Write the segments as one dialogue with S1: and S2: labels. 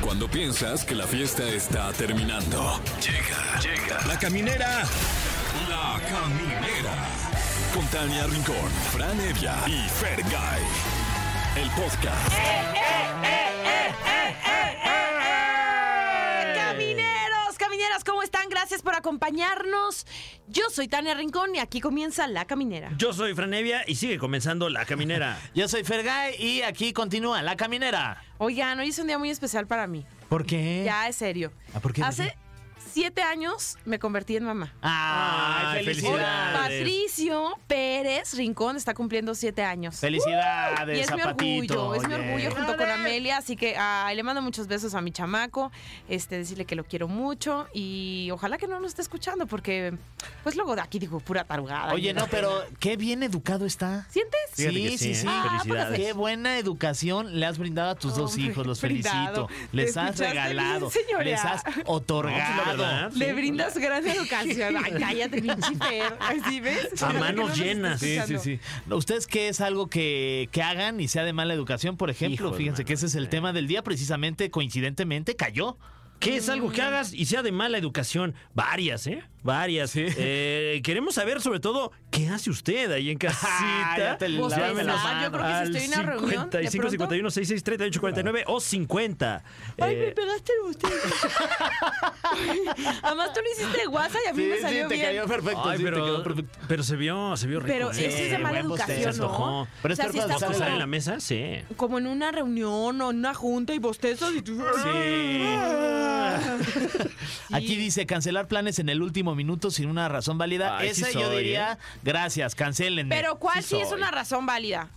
S1: Cuando piensas que la fiesta está terminando. Llega, llega. La caminera. La caminera. Con Tania Rincón, Fran Evia y Fer El podcast.
S2: Camineros, camineras, ¿cómo están? Gracias por acompañarnos. Yo soy Tania Rincón y aquí comienza La Caminera.
S3: Yo soy Franevia y sigue comenzando La Caminera.
S4: Yo soy Fergay y aquí continúa La Caminera.
S2: Oigan, hoy es un día muy especial para mí.
S4: ¿Por qué?
S2: Ya, es serio.
S4: ¿Ah, por qué?
S2: Hace siete años me convertí en mamá.
S4: ¡Ay,
S3: Ay,
S4: felicidades!
S2: Patricio Pérez Rincón está cumpliendo siete años.
S4: ¡Felicidades,
S2: Y es mi
S4: zapatito!
S2: orgullo, es mi
S4: oye.
S2: orgullo junto con Amelia, así que ay, le mando muchos besos a mi chamaco, este, decirle que lo quiero mucho y ojalá que no nos esté escuchando porque pues luego de aquí digo pura tarugada.
S4: Oye, no, pero qué bien educado está.
S2: ¿Sientes?
S3: Fíjate que sí,
S4: sí,
S3: ¿eh?
S4: sí.
S2: Ah,
S3: Felicidades.
S4: Qué buena educación le has brindado a tus dos
S2: Hombre,
S4: hijos, los
S2: brindado.
S4: felicito. Les
S2: Te
S4: has
S2: escuchaste bien,
S4: regalado,
S2: señora.
S4: les has
S3: No, pues, la
S4: otorgado.
S3: verdad.
S2: Le
S3: Sí,
S2: brindas gran educación. Ay, cállate, pinche Fer. Así ves.
S3: A manos llenas.
S2: Sí, sí, sí.
S4: sí. ¿Ustedes qué es algo que, que hagan y sea de mala educación, por ejemplo?
S3: Hijo de
S4: Fíjense que ese es el
S3: madre.
S4: tema del día, precisamente, coincidentemente, cayó.
S3: ¿Qué es algo que hagas y sea de mala educación? Varias, ¿eh? Varias. Eh, queremos saber sobre todo qué hace usted ahí en casita.
S4: Ah, ya te
S2: Vos
S4: lávame
S2: pensás, Pues,
S4: la
S2: yo
S4: mano.
S2: creo que si estoy en una reunión, de
S3: 55,
S2: pronto-
S3: 51, 66, 38, 49 o 50.
S2: Ay, me
S3: Eh,
S2: pegaste el usted. Además, tú lo hiciste de WhatsApp y a mí me salió
S4: te
S2: bien.
S4: cayó perfecto.
S3: ay,
S4: sí, te
S3: pero,
S4: quedó perfecto.
S3: pero se vio, se vio rico.
S2: Pero
S3: ¿eh?
S2: eso es de mala
S4: buen bostezo,
S2: educación,
S3: se
S2: ¿no?
S3: antojó.
S4: Pero es
S2: si
S4: culpa de
S2: estás
S4: Sara.
S3: ¿Posar en
S2: como,
S3: la mesa? Sí.
S2: como en una reunión o en una junta y bostezos y tú...
S4: Sí.
S2: Sí.
S4: Aquí dice cancelar planes en el último minuto sin una razón válida.
S3: Ay, sí
S4: Esa yo
S3: soy, ¿eh?
S4: diría, gracias, cancelen.
S2: Pero ¿cuál sí, es una razón válida?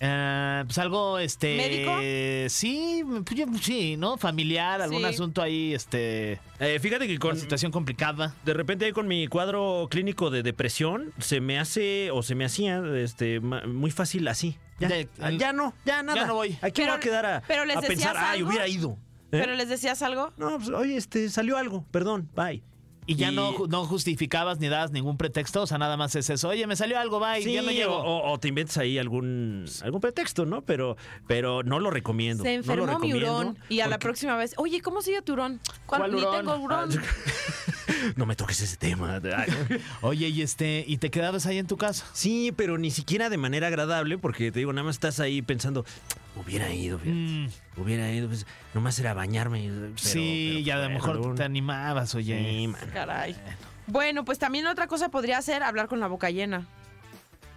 S4: pues algo, este.
S2: ¿Médico?
S4: Sí, pues, yo- sí, ¿no? Familiar, algún
S2: Sí.
S4: asunto ahí, este.
S3: Eh, fíjate que
S4: Con
S3: con,
S4: situación complicada.
S3: De repente ahí con mi cuadro clínico de depresión se me hace o se me hacía este ma- muy fácil así. Ya,
S4: De-
S3: ah, ya no, ya nada.
S4: ya no voy.
S3: Aquí me
S2: Pero-
S3: voy a quedar a,
S2: pero les
S3: a
S2: decías
S3: pensar, ay,
S2: algo".
S3: hubiera ido. ¿eh?
S2: ¿Pero les decías algo?
S3: No, pues oye, este, salió algo, perdón, bye.
S4: Y ya No, ju- no justificabas ni dabas ningún pretexto, o sea, nada más es eso. Oye, me salió algo, va,
S3: Sí,
S4: ya no llego.
S3: o, o te inventas ahí algún algún pretexto, ¿no? Pero, pero no lo recomiendo.
S2: Se
S3: no lo
S2: enfermó mi
S3: recomiendo
S2: hurón y a la
S3: porque-
S2: próxima vez, oye, ¿cómo sigue tu hurón? ¿Cuál-
S4: ¿Cuál
S2: Ni
S4: hurón? Ah,
S2: tengo
S3: Ah,
S2: hurón.
S3: No me toques ese tema. Ay.
S4: Oye, y este, y te quedabas ahí en tu casa.
S3: Sí, pero ni siquiera de manera agradable, porque te digo, nada más estás ahí pensando, hubiera ido, fíjate,
S4: Mm.
S3: hubiera ido, pues, nomás era bañarme. pero-
S4: sí,
S3: pero,
S4: ya a lo
S3: pues,
S4: mejor
S3: bueno,
S4: te animabas, oye.
S3: Sí, man.
S2: Caray. Bueno, pues también otra cosa podría ser hablar con la boca llena.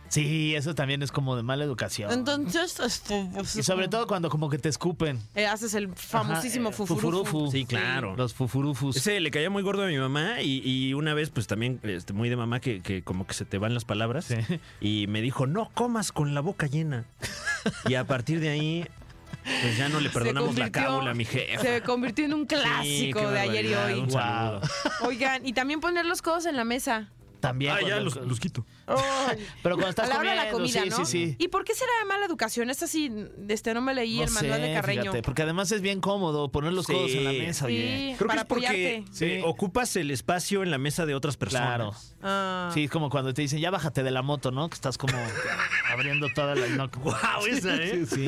S4: Sí, eso también es como de mala educación.
S2: Entonces, este, pues,
S4: y sobre todo cuando como que te escupen.
S2: eh, haces el famosísimo
S4: Ajá, eh,
S2: fufurufu.
S4: fufurufu.
S3: Sí, claro.
S4: Los fufurufus.
S3: Ese le caía muy gordo a mi mamá y, y una vez, pues también, este, muy de mamá, que, que como que se te van las palabras.
S4: Sí.
S3: Y me dijo, no comas con la boca llena. y a partir de ahí, pues ya no le perdonamos la
S2: convirtió-
S3: cábula a mi jefe.
S2: Se convirtió en un
S3: Sí,
S2: clásico
S3: qué
S2: de ayer y
S3: barbaridad,
S2: hoy.
S3: Un
S4: Wow.
S3: saludo.
S2: Oigan, y también poner los codos en la mesa.
S4: También.
S3: Ah, ya
S4: cuando-
S3: los, los quito.
S4: Pero cuando
S2: a
S4: estás
S2: la hora de la
S4: comiendo,
S2: comida,
S4: sí,
S2: ¿no?
S4: sí, sí.
S2: ¿Y por qué será de mala educación? Esta sí, este no me leí
S4: No
S2: el manual
S4: sé,
S2: de Carreño.
S4: fíjate, porque además es bien cómodo poner los codos
S3: Sí.
S4: en la mesa, oye.
S2: Sí,
S3: Creo
S2: para
S3: que es porque
S2: apoyarte.
S3: eh,
S4: Sí.
S3: ocupas el espacio en la mesa de otras personas.
S4: Claro.
S2: Ah.
S4: Sí, es como cuando te dicen, ya bájate de la moto, ¿no? Que estás como abriendo toda la... No, como-
S3: Guau, esa, ¿eh?
S4: Sí, sí.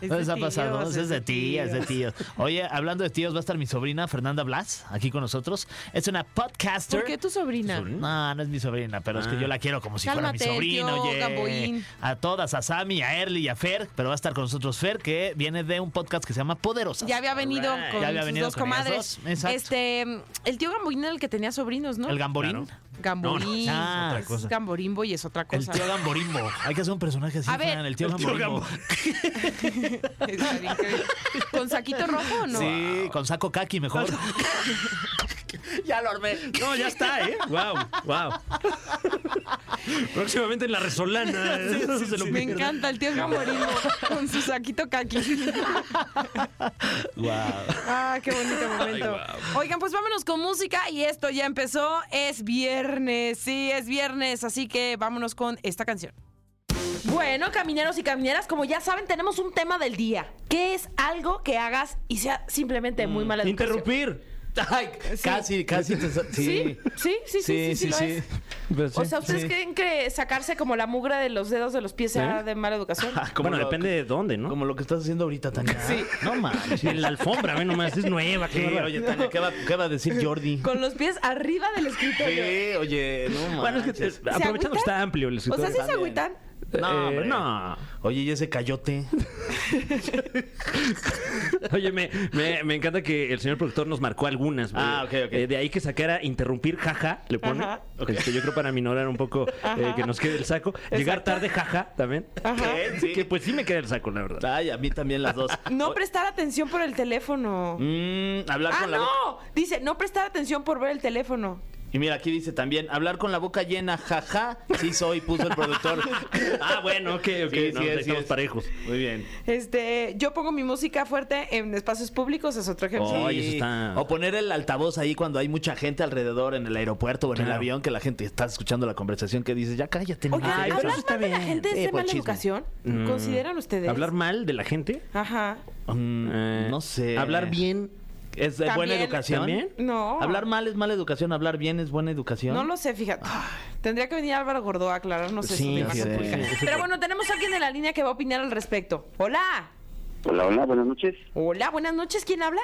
S2: Es
S4: ¿No
S2: de
S4: les ha pasado?
S2: tíos,
S4: ¿no? Es de tías, de tíos. Oye, hablando de tíos, va a estar mi sobrina Fernanda Blas aquí con nosotros. Es una podcaster.
S2: ¿Por qué tu sobrina?
S3: Sobrina.
S4: No, no es mi sobrina, pero es que
S3: Ah.
S4: yo la quiero como si
S2: Cálmate,
S4: fuera mi sobrina,
S2: tío
S4: oye.
S2: Gamboín.
S4: A todas, a Sammy, a Erly y a Fer, pero va a estar con nosotros Fer, que viene de un podcast que se llama Poderosas.
S2: Ya había venido
S3: Alright.
S2: con
S4: Ya había
S2: sus
S4: venido
S2: dos
S4: con ellas
S2: comadres.
S4: dos, exacto.
S2: Este, el tío Gamboín era el que tenía sobrinos, ¿no?
S4: El Gamborín.
S3: Claro.
S2: Gamborín.
S3: No, no,
S4: es otra
S2: es
S3: cosa.
S2: Gamborimbo y es otra
S4: El
S2: cosa.
S4: tío Gamborimbo. Hay que hacer un personaje así,
S2: A ver.
S4: Fran, el tío
S3: El tío
S4: Gamborimbo.
S2: Estaría increíble. ¿Con saquito rojo o no?
S4: Sí, con saco kaki mejor. ya lo armé.
S3: No, ya está, ¿eh? Wow, wow. Próximamente en la Resolana. no se lo
S2: Me
S3: pierdan.
S2: encanta el tío Gamborimbo con su saquito caqui. Ah, qué bonito momento. Oigan, pues vámonos con música y esto ya empezó. Es viernes, sí, es viernes, así que vámonos con esta canción. Bueno, camineros y camineras, como ya saben, tenemos un tema del día. ¿Qué es algo que hagas y sea simplemente muy mala educación?
S3: Interrumpir.
S4: Ay, Casi, casi. te sa-
S2: Sí,
S4: sí.
S2: sí, sí, sí, sí, sí, lo es.
S4: Pero Pues sí,
S2: O sea, ¿ustedes
S4: sí.
S2: creen que sacarse como la mugra de los dedos de los pies sea de mala educación?
S3: Como
S4: Bueno,
S3: depende de dónde, ¿no?
S4: Como lo que estás haciendo ahorita, Tania.
S2: Sí.
S4: No manches.
S3: En la alfombra, ve nomás, es nueva. qué
S4: Sí,
S3: bárbaro.
S4: oye, Tania, ¿qué va, qué va a decir Jordi?
S2: Con los pies arriba del escritorio.
S4: Sí, oye, no manches.
S3: bueno, es que eh, aprovechando que
S2: agüitan?
S3: está amplio el
S2: o sea,
S3: escritorio.
S2: ¿sí se
S4: también.
S2: agüitan?
S4: No,
S3: Eh,
S4: hombre.
S3: no.
S4: Oye, ¿y ese cayote?
S3: Oye, me, me- me encanta que el señor productor nos marcó algunas. güey.
S4: Ah, ok, ok.
S3: Eh, de ahí que sacara interrumpir, jaja, le pone.
S2: Ajá.
S3: Este, yo creo para minorar un poco eh, que nos quede el saco. Llegar tarde, jaja, también.
S2: Ajá.
S4: ¿Qué? Ah, Sí.
S3: Que pues sí me queda el saco, la verdad.
S4: Ay, a mí también las dos.
S2: No prestar atención por el teléfono.
S4: Mm, hablar
S2: ¡Ah,
S4: con la boca.
S2: no! Dice, no prestar atención por ver el teléfono.
S4: Y mira, aquí dice también, hablar con la boca llena, jaja. Sí soy, puso el productor.
S3: Ah, bueno, ok, ok.
S4: Sí,
S3: no,
S4: sí es, sí
S3: estamos
S4: es.
S3: parejos.
S4: Muy bien.
S2: Este, yo pongo mi música fuerte en espacios públicos, es otro ejemplo.
S3: Oh, Ay,
S4: Sí.
S3: eso está-
S4: O poner el altavoz ahí cuando hay mucha gente alrededor en el aeropuerto o en el
S3: Claro.
S4: avión que la gente está escuchando la conversación que dice, ya cállate. no
S2: Oye,
S4: mames".
S3: Ay, pero
S2: hablar
S3: eso está
S2: mal de la
S3: bien.
S2: gente es
S4: Eh,
S2: de
S4: por
S2: mala
S4: chisme.
S2: educación.
S3: Mm.
S2: ¿Consideran ustedes?
S3: ¿Hablar mal de la gente?
S2: Ajá.
S4: Mm,
S3: Eh,
S4: no sé.
S3: Hablar bien.
S4: ¿Es de buena
S2: También.
S4: educación?
S3: ¿También?
S2: No.
S4: Hablar mal es mala educación, hablar bien es buena educación.
S2: No lo sé, fíjate. Tendría que venir Álvaro Gordó a aclararnos eso
S4: Sí,
S2: de
S4: sí,
S2: imagen
S4: sí.
S2: pública. Pero bueno, tenemos a alguien en la línea que va a opinar al respecto. Hola.
S5: Hola, hola, buenas noches.
S2: Hola, buenas noches. ¿Quién habla?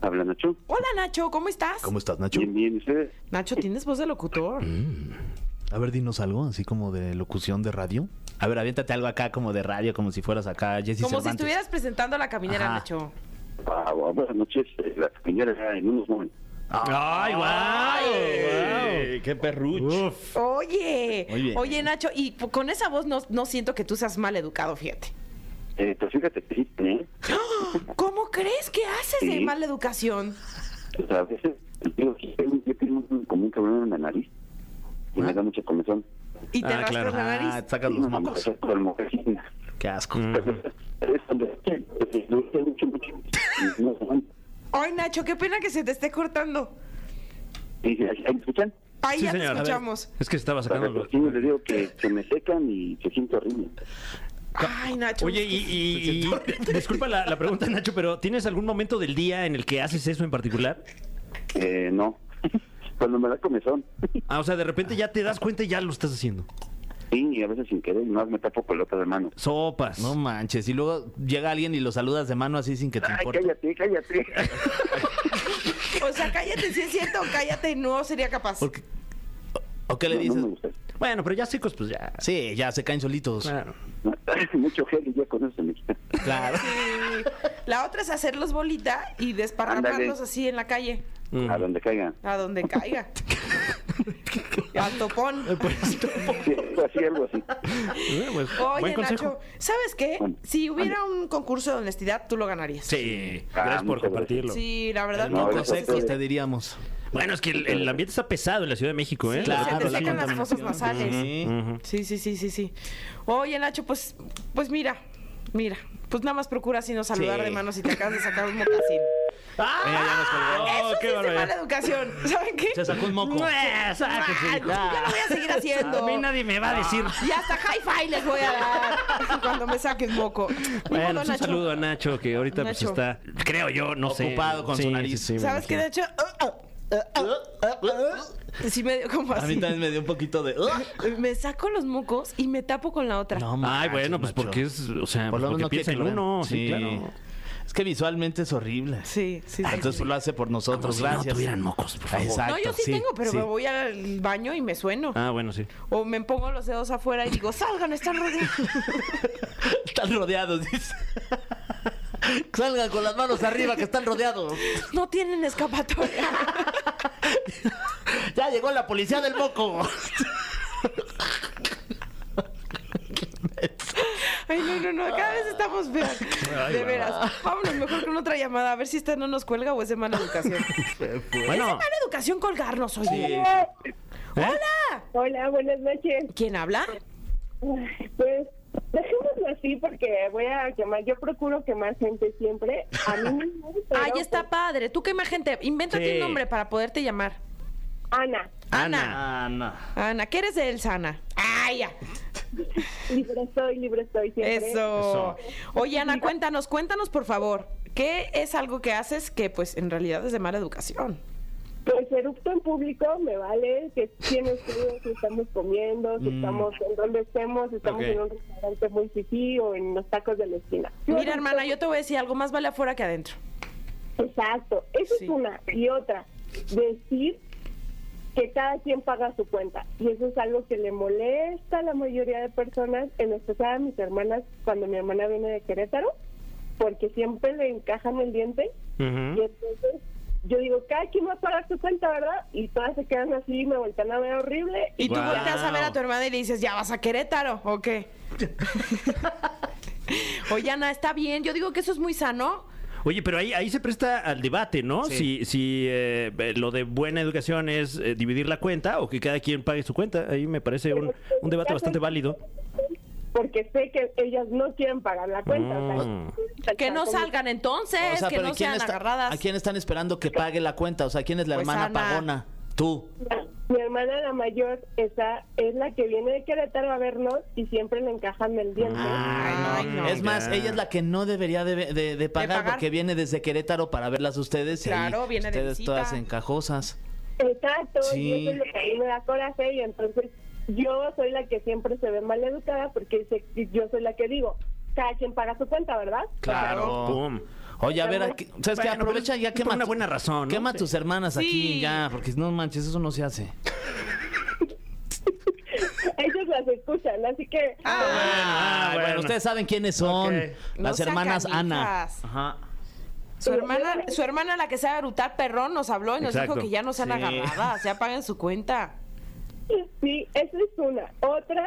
S5: Habla Nacho.
S2: Hola, Nacho. ¿Cómo estás?
S4: ¿Cómo estás, Nacho?
S5: Bien, bien, ustedes.
S2: Nacho, tienes voz de locutor.
S4: A ver, dinos algo, así como de locución de radio. A ver, aviéntate algo acá como de radio, como si fueras acá Jessy
S2: Como si
S4: Cervantes.
S2: estuvieras presentando a la caminera,
S4: Ajá.
S2: Nacho.
S5: Ah, bu- buenas noches. Eh, La señora está en unos momentos.
S3: ¡Ay, wow!
S4: ¡Qué perrucho!
S3: Uf.
S2: Oye,
S4: Muy bien.
S2: oye Nacho, y p- con esa voz no, no siento que tú seas mal educado, fíjate.
S5: Eh, pues fíjate que sí, ¿eh?
S2: ¿Cómo crees que haces de
S5: Sí.
S2: mala educación?
S5: O sea, a veces digo, sí, tengo- yo tengo un- como un cabrón en la nariz y me da mucha comezón.
S2: Y te
S3: Ah,
S2: rascas
S3: claro.
S2: la nariz.
S4: Ah, te sacas Ah. los mocos.
S5: Por el mocasina.
S4: ¡Qué asco!
S3: Mm.
S5: Es donde eh, lo uso mucho, mucho. Y no se van.
S2: Ay, Nacho, qué pena que se te esté cortando.
S5: Y ahí ahí me escuchan.
S2: Ahí
S3: Sí,
S2: ya
S3: señor. A
S2: te
S3: ver,
S2: escuchamos.
S3: Es que estaba
S5: Para
S3: sacando los...
S5: los le digo que se me secan y se siente horrible.
S2: Ay, Nacho.
S3: Oye, y, y- y- disculpa la, la pregunta, Nacho, pero ¿tienes algún momento del día en el que haces eso en particular?
S5: Eh, no. Cuando me da comezón.
S3: Ah, o sea, de repente ya te das cuenta y ya lo estás haciendo.
S5: Sí, y a veces sin querer, más me tapo con la otra de mano.
S3: Sopas.
S4: No manches, y luego llega alguien y lo saludas de mano así sin que te
S5: Ay,
S4: importe.
S5: cállate, cállate.
S2: O sea, cállate, si es cierto, cállate, no sería capaz.
S4: Porque- ¿O qué le
S5: No, no
S4: dices?
S5: me gusta.
S3: Bueno, pero ya secos, pues ya.
S4: Sí, ya se caen solitos.
S3: Claro.
S5: No, Mucho gel y ya con eso se me quita.
S4: Claro.
S2: Sí. La otra es hacerlos bolita y desparramarlos
S5: Ándale.
S2: así en la calle,
S4: Mm.
S5: A donde caiga.
S2: a donde caiga. Al topón.
S5: Sí, así, algo así.
S3: Eh, pues,
S2: Oye,
S3: buen consejo.
S2: Nacho, ¿sabes qué?
S5: Bueno,
S2: Si hubiera un concurso de honestidad, tú lo ganarías.
S3: Sí,
S5: Ah,
S3: gracias por
S5: muchas
S3: compartirlo.
S2: Sí, la verdad.
S5: No,
S2: no,
S4: Mocos
S5: gracias a
S4: secos,
S5: ustedes.
S4: te diríamos.
S3: Bueno, es que el, el ambiente está pesado en la Ciudad de México, ¿eh?
S2: Sí,
S4: Claro,
S2: se te
S4: la
S2: secan las fosas
S4: contaminación.
S2: nasales.
S4: Sí.
S3: Ujú.
S2: Sí, sí, sí, sí, sí. Oye, Nacho, pues, pues mira, mira. Pues nada más procura si no saludar
S4: Sí.
S2: de manos y te acabas de sacar un mocasín.
S3: Ah,
S4: Mira, ya nos colgó.
S2: Ah, Eso sí es de mala educación. ¿Saben qué?
S4: Se sacó un moco.
S3: Eh, sáquense.
S2: Ah, yo lo voy a seguir
S3: A
S2: haciendo. Ah.
S3: mí nadie me va a decir.
S2: Y hasta hi-fi les voy a dar cuando me saquen moco. Ni modo,
S3: Bueno, pues un
S2: Nacho.
S3: saludo a Nacho, que ahorita pues
S2: Nacho.
S3: está, creo yo, no sé.
S4: Ocupado con su nariz.
S3: me
S2: ¿Sabes qué,
S3: imagino.
S2: Nacho? Ah, ah, ah, ah. Sí me dio como
S4: A
S2: así.
S4: mí también me dio un poquito de.
S2: Me saco los mocos y me tapo con la otra.
S3: Ay,
S4: manches,
S3: bueno, pues
S4: macho.
S3: porque es, o sea,
S4: Por lo
S3: porque
S4: menos no quiere
S3: piensa
S4: que
S3: en
S4: lo vean.
S3: uno, sí, claro.
S4: Es que visualmente es horrible.
S2: Sí, sí, sí.
S4: Ah, Entonces lo hace por
S3: Como
S4: nosotros,
S3: si
S4: gracias.
S3: no tuvieran mocos, por
S4: Ah,
S3: favor.
S4: exacto,
S2: no, yo sí, tengo, pero
S4: sí.
S2: me voy al baño y me sueno.
S3: Ah, bueno, sí.
S2: O me pongo los dedos afuera y digo, salgan, están rodeados.
S4: Están rodeados, dice. Salgan con las manos arriba, que están rodeados.
S2: No tienen escapatoria.
S4: Ya llegó la policía del moco.
S2: Ay, no, no, no, cada vez estamos peor. De veras. Vámonos mejor con otra llamada, a ver si esta no nos cuelga o es de mala educación. Pues,
S3: Bueno, ¿eh?
S2: Mala educación colgarnos, oye. ¡Hola!
S6: Hola, buenas noches.
S2: ¿Quién habla?
S6: Pues dejémoslo así porque voy a quemar. Yo procuro quemar gente siempre. A mí mismo. pero- pues,
S2: Ahí está padre. Tú quema gente. Invéntate
S3: Sí.
S2: un nombre para poderte llamar.
S6: Ana,
S2: Ana.
S4: Ana.
S2: Ana, ¿qué eres de Elsa, Ana? ¡Ay, ya!
S6: libre estoy, libre estoy siempre.
S2: Eso. Oye, Ana, cuéntanos, cuéntanos, por favor. ¿Qué es algo que haces que, pues, en realidad es de mala educación?
S6: Pues eructo en público me vale que quién estuvo, si estamos comiendo, si estamos en donde estemos, si estamos
S4: Ok.
S6: en un restaurante muy fifí o en los tacos de la esquina.
S2: Mira, hermana, yo te voy a decir algo más vale afuera que adentro.
S6: Exacto, esa
S2: Sí.
S6: es una. Y otra, decir que cada quien paga su cuenta. Y eso es algo que le molesta a la mayoría de personas, en especial a mis hermanas, cuando mi hermana viene de Querétaro, porque siempre le encajan el diente. Y
S3: Ujú.
S6: entonces yo digo, cada quien va a pagar su cuenta, ¿verdad? Y todas se quedan así, me voltean a ver horrible.
S2: Y tú
S3: Wow.
S2: volteas a ver a tu hermana y le dices, ¿ya vas a Querétaro o qué? Oye, Ana, está bien. Yo digo que eso es muy sano.
S3: Oye, pero ahí, ahí se presta al debate, ¿no? Si, si eh, lo de buena educación es eh, dividir la cuenta o que cada quien pague su cuenta. Ahí me parece un, un debate bastante válido.
S6: Porque sé que ellas no quieren pagar la cuenta.
S3: Mm.
S6: O sea,
S2: Que no salgan entonces,
S4: O sea,
S2: que
S4: pero
S2: no
S4: ¿y quién
S2: sean
S4: está-
S2: agarradas.
S4: ¿A quién están esperando que pague la cuenta? O sea, ¿quién es la
S2: Pues,
S4: hermana
S2: Ana.
S4: pagona? Tú.
S6: Mi hermana la mayor esa es la que viene de Querétaro a vernos y siempre le encajan el diente.
S4: Ah.
S2: Ay, no.
S4: es más,
S3: mira.
S4: ella es la que no debería de, de- de pagar
S2: pagar.
S4: porque viene desde Querétaro para verlas a ustedes. y ahí
S2: Claro, viene de
S4: Ustedes
S2: visita.
S4: todas encajosas.
S6: Exacto,
S4: Sí.
S6: y eso es lo que a mí me da coraje y entonces yo soy la que siempre se ve mal educada porque sé- yo soy la que digo, cada quien paga su cuenta, ¿verdad?
S4: Claro.
S3: Pum.
S4: Oye, a ver, aquí- ¿sabes qué?
S3: Bueno, pero-
S4: Aprovecha ya
S3: por
S4: quema.
S3: una
S4: tu-
S3: buena razón, ¿no?
S4: Quema
S3: Sí.
S4: tus hermanas aquí,
S2: Sí.
S4: ya, porque no manches, eso no se hace.
S6: Ellos las escuchan, así que
S4: Ah, bueno,
S3: bueno.
S4: ustedes saben quiénes son.
S3: Ok.
S4: Las
S2: No sean
S4: hermanas Ana.
S2: canijas.
S4: Ajá.
S2: Su hermana, su hermana, la que sabe erutar perrón, nos habló y nos
S3: Exacto.
S2: dijo que ya no sean
S4: Sí.
S2: agarradas, ya paguen su cuenta.
S6: sí, esa es una. Otra,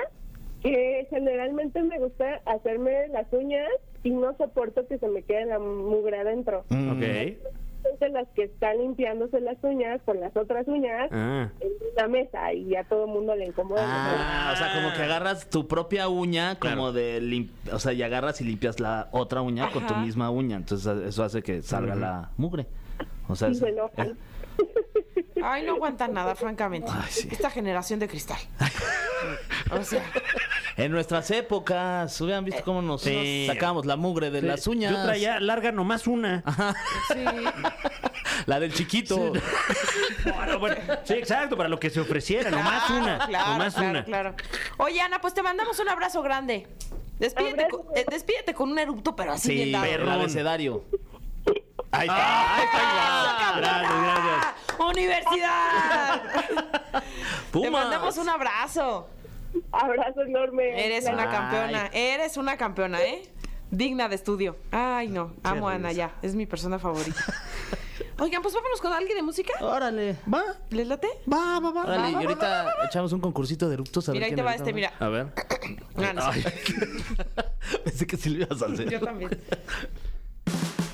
S6: que generalmente me gusta hacerme las uñas y no soporto que se me quede la mugre adentro.
S4: Mm.
S3: Ok.
S6: de las que están limpiándose las uñas con las otras uñas
S3: Ah.
S6: en una mesa y a todo el mundo le incomoda.
S4: Ah, o sea, como que agarras tu propia uña, como
S3: Claro.
S4: de. lim- O sea, y agarras y limpias la otra uña con tu
S2: Ajá.
S4: misma uña. Entonces, eso hace que salga la mugre. O sea,
S6: Y
S4: es- eh,
S6: se enojan.
S2: Ay, no aguantan nada, francamente.
S4: Ay, sí.
S2: Esta generación de cristal. O sea,
S4: en nuestras épocas, hubieran visto cómo nos,
S3: Sí.
S4: nos sacamos la mugre de las uñas.
S3: Yo traía larga nomás una.
S2: sí.
S4: La del chiquito.
S3: Bueno, Ah, bueno, sí, exacto, para lo que se ofreciera, nomás
S2: Claro,
S3: una.
S2: Claro,
S3: nomás
S2: claro,
S3: una.
S2: claro. Oye, Ana, pues te mandamos un abrazo grande. Despídete,
S6: Abrazo.
S2: con, eh, despídete con un erupto, pero así bien
S4: Sí,
S2: dado.
S4: el
S3: perrón.
S4: abecedario.
S3: Ahí está. ahí
S2: ¡Eso,
S3: está.
S2: cabrona!
S3: Gracias, gracias.
S2: ¡Universidad! Te
S4: Pumas.
S2: mandamos un abrazo.
S6: Abrazo enorme.
S2: Eres una campeona, eres una campeona, ¿eh? Digna de estudio. Ay, no, amo a Ana ya, es mi persona favorita. Oigan, pues vámonos con alguien de música.
S4: Órale. Va.
S2: ¿Les late?
S4: Ah. Va, va, va. Órale, y
S2: va,
S4: ahorita echamos un concursito de eructos. A ver
S2: Mira, ahí
S4: quién
S2: te va
S4: eructa
S2: este, mira.
S4: más.
S3: A ver.
S2: Ah, no sé.
S4: Pensé que sí lo ibas a hacer.
S2: Yo también.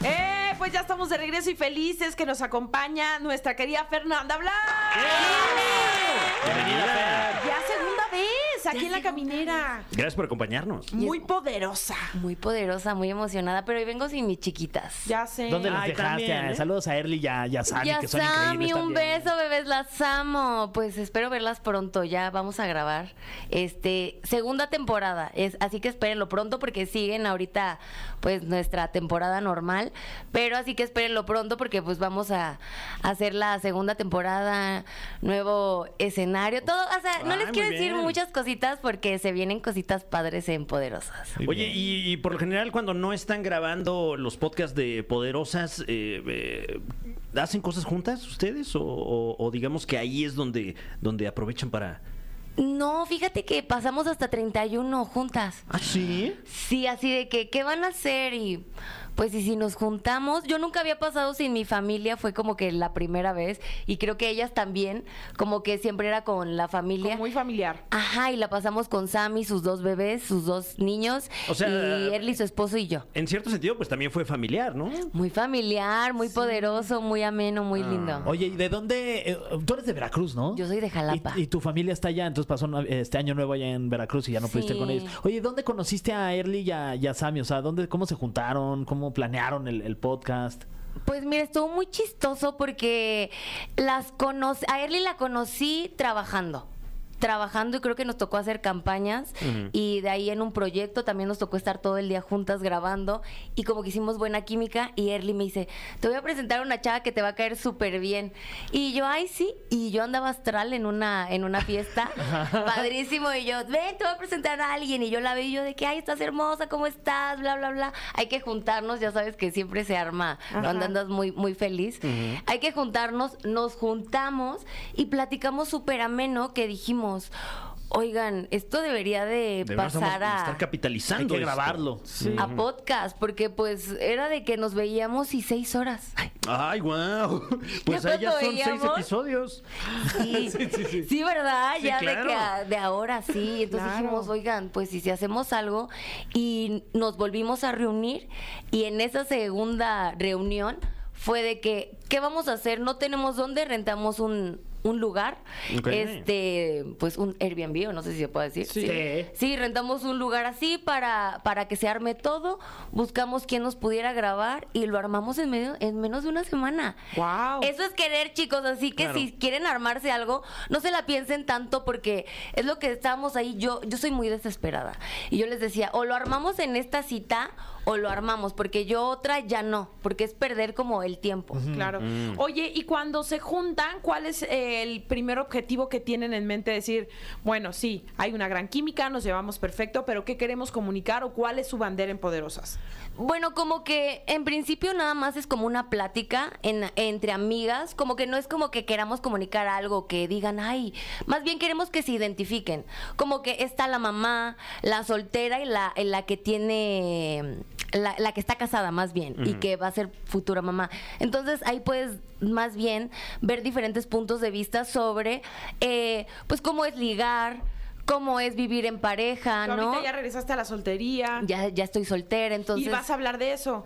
S2: ¡Eh! Pues ya estamos de regreso y felices que nos acompaña nuestra querida Fernanda Blas.
S3: Bienvenida, Fer.
S2: Ya segunda vez aquí en la caminera.
S3: Gracias por acompañarnos.
S2: Muy poderosa.
S7: Muy poderosa, muy emocionada, pero hoy vengo sin mis chiquitas.
S2: Ya sé.
S4: ¿Dónde las
S3: Ay,
S4: dejaste?
S3: también, ¿eh?
S4: Saludos a Erly y a, y a Sammy,
S7: ya
S4: Ah, que son
S7: Sammy,
S4: increíbles
S7: un
S4: también.
S7: beso, bebés, las amo. Pues espero verlas pronto, ya vamos a grabar. Este, segunda temporada, es, así que espérenlo pronto porque siguen ahorita pues nuestra temporada normal, pero así que espérenlo pronto porque pues vamos a, hacer la segunda temporada, nuevo escenario, todo, o sea, no
S3: Ay,
S7: les
S3: muy
S7: quiero decir
S3: bien.
S7: muchas cositas porque se vienen cositas padres en poderosas.
S3: Oye, y, y por lo general cuando no están grabando los podcasts de Poderosas, eh, eh, ¿hacen cosas juntas ustedes? O, o- o digamos que ahí es donde, donde aprovechan para...
S7: No, fíjate que pasamos hasta 31 juntas.
S3: ¿Ah, sí?
S7: Sí, así de que, ¿qué van a hacer? Y pues, y si nos juntamos, yo nunca había pasado sin mi familia, fue como que la primera vez, y creo que ellas también, como que siempre era con la familia.
S2: Como muy familiar.
S7: Ajá, y la pasamos con Sammy, sus dos bebés, sus dos niños,
S3: O sea,
S7: y Erly, su esposo y yo.
S3: En cierto sentido, pues también fue familiar, ¿no?
S7: Muy familiar, muy poderoso, muy ameno,
S3: Ah.
S7: muy lindo.
S4: Oye, ¿y de dónde? eh, Tú eres de Veracruz, ¿no?
S7: Yo soy de Jalapa.
S4: Y, y tu familia está allá, entonces pasó una- este año nuevo allá en Veracruz y ya no pudiste
S7: Sí.
S4: ir con ellos. Oye, ¿dónde conociste a Erly y a, y a Sammy? O sea, ¿dónde, ¿cómo se juntaron? ¿Cómo planearon el, el podcast?
S7: Pues mira, estuvo muy chistoso porque las conocí, a Erly la conocí trabajando. trabajando y creo que nos tocó hacer campañas y de ahí en un proyecto también nos tocó estar todo el día juntas grabando y como que hicimos buena química y Erly me dice, te voy a presentar a una chava que te va a caer súper bien. Y yo, ay sí, y yo andaba astral en una, en una fiesta, padrísimo, y yo, ven, te voy a presentar a alguien y yo la veo y yo de que, ay, estás hermosa, ¿cómo estás? Bla, bla, bla. Hay que juntarnos, ya sabes que siempre se arma cuando andas muy, muy feliz. Hay que juntarnos, nos juntamos y platicamos súper ameno que dijimos, oigan, esto debería de
S3: Deberíamos
S7: pasar a...
S3: estar capitalizando.
S4: Hay que
S3: esto.
S4: grabarlo.
S7: a podcast, porque pues era de que nos veíamos y seis horas.
S3: Ay, wow. Pues
S7: Ya
S3: ahí ya
S7: cuando
S3: son seis
S7: veíamos-
S3: episodios.
S7: Sí, sí, ¿verdad?
S3: Sí,
S7: ya de,
S3: claro.
S7: que a- de ahora sí. Entonces
S2: Claro.
S7: dijimos, oigan, pues y si hacemos algo y nos volvimos a reunir y en esa segunda reunión fue de que, ¿qué vamos a hacer? No tenemos dónde, rentamos un, un lugar,
S3: Ok.
S7: este, pues un Airbnb, o no sé si se puede decir.
S4: Sí.
S7: Sí, rentamos un lugar así para, para que se arme todo, buscamos quien nos pudiera grabar y lo armamos en, medio, en menos de una semana.
S2: Wow.
S7: Eso es querer, chicos. Así que si quieren armarse algo, no se la piensen tanto porque es lo que estábamos ahí. Yo, yo soy muy desesperada. Y yo les decía, o lo armamos en esta cita o lo armamos, porque yo otra ya no, porque es perder como el tiempo.
S2: Claro.
S7: Mm.
S2: Oye, y cuando se juntan, ¿cuál es el primer objetivo que tienen en mente? Decir, bueno, sí, hay una gran química, nos llevamos perfecto, pero ¿qué queremos comunicar o cuál es su bandera en Poderosas?
S7: Bueno, como que en principio nada más es como una plática en- entre amigas, como que no es como que queramos comunicar algo, que digan, ay, más bien queremos que se identifiquen, como que está la mamá, la soltera y la, y la que tiene, la, la que está casada más bien y que va a ser futura mamá. Entonces ahí puedes más bien ver diferentes puntos de vista sobre, eh, pues cómo es ligar, cómo es vivir en pareja,
S2: Tú
S7: Ah, ¿no?
S2: Ahorita ya regresaste a la soltería
S7: Ya, ya estoy soltera, entonces...
S2: y vas a hablar de eso.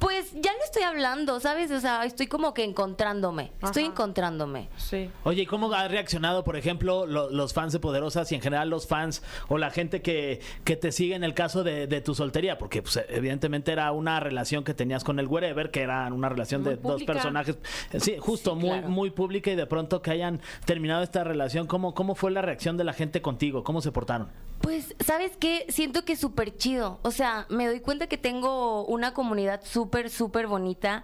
S7: Pues ya no estoy hablando, ¿sabes? O sea, estoy como que encontrándome. Estoy
S2: Ajá.
S7: encontrándome.
S2: Sí.
S4: Oye, ¿y cómo ha reaccionado, por ejemplo, lo- los fans de Poderosas y en general los fans o la gente que, que te sigue en el caso de, de tu soltería? Porque pues, evidentemente era una relación que tenías con el Wherever, que era una relación
S2: Muy
S4: de dos
S2: pública.
S4: personajes. Eh, Sí, justo,
S7: Sí,
S4: muy,
S7: claro.
S4: muy pública y de pronto que hayan terminado esta relación. ¿Cómo, ¿Cómo fue la reacción de la gente contigo? ¿Cómo se portaron?
S7: Pues, ¿sabes qué? Siento que es súper chido. O sea, me doy cuenta que tengo una comunidad súper, súper bonita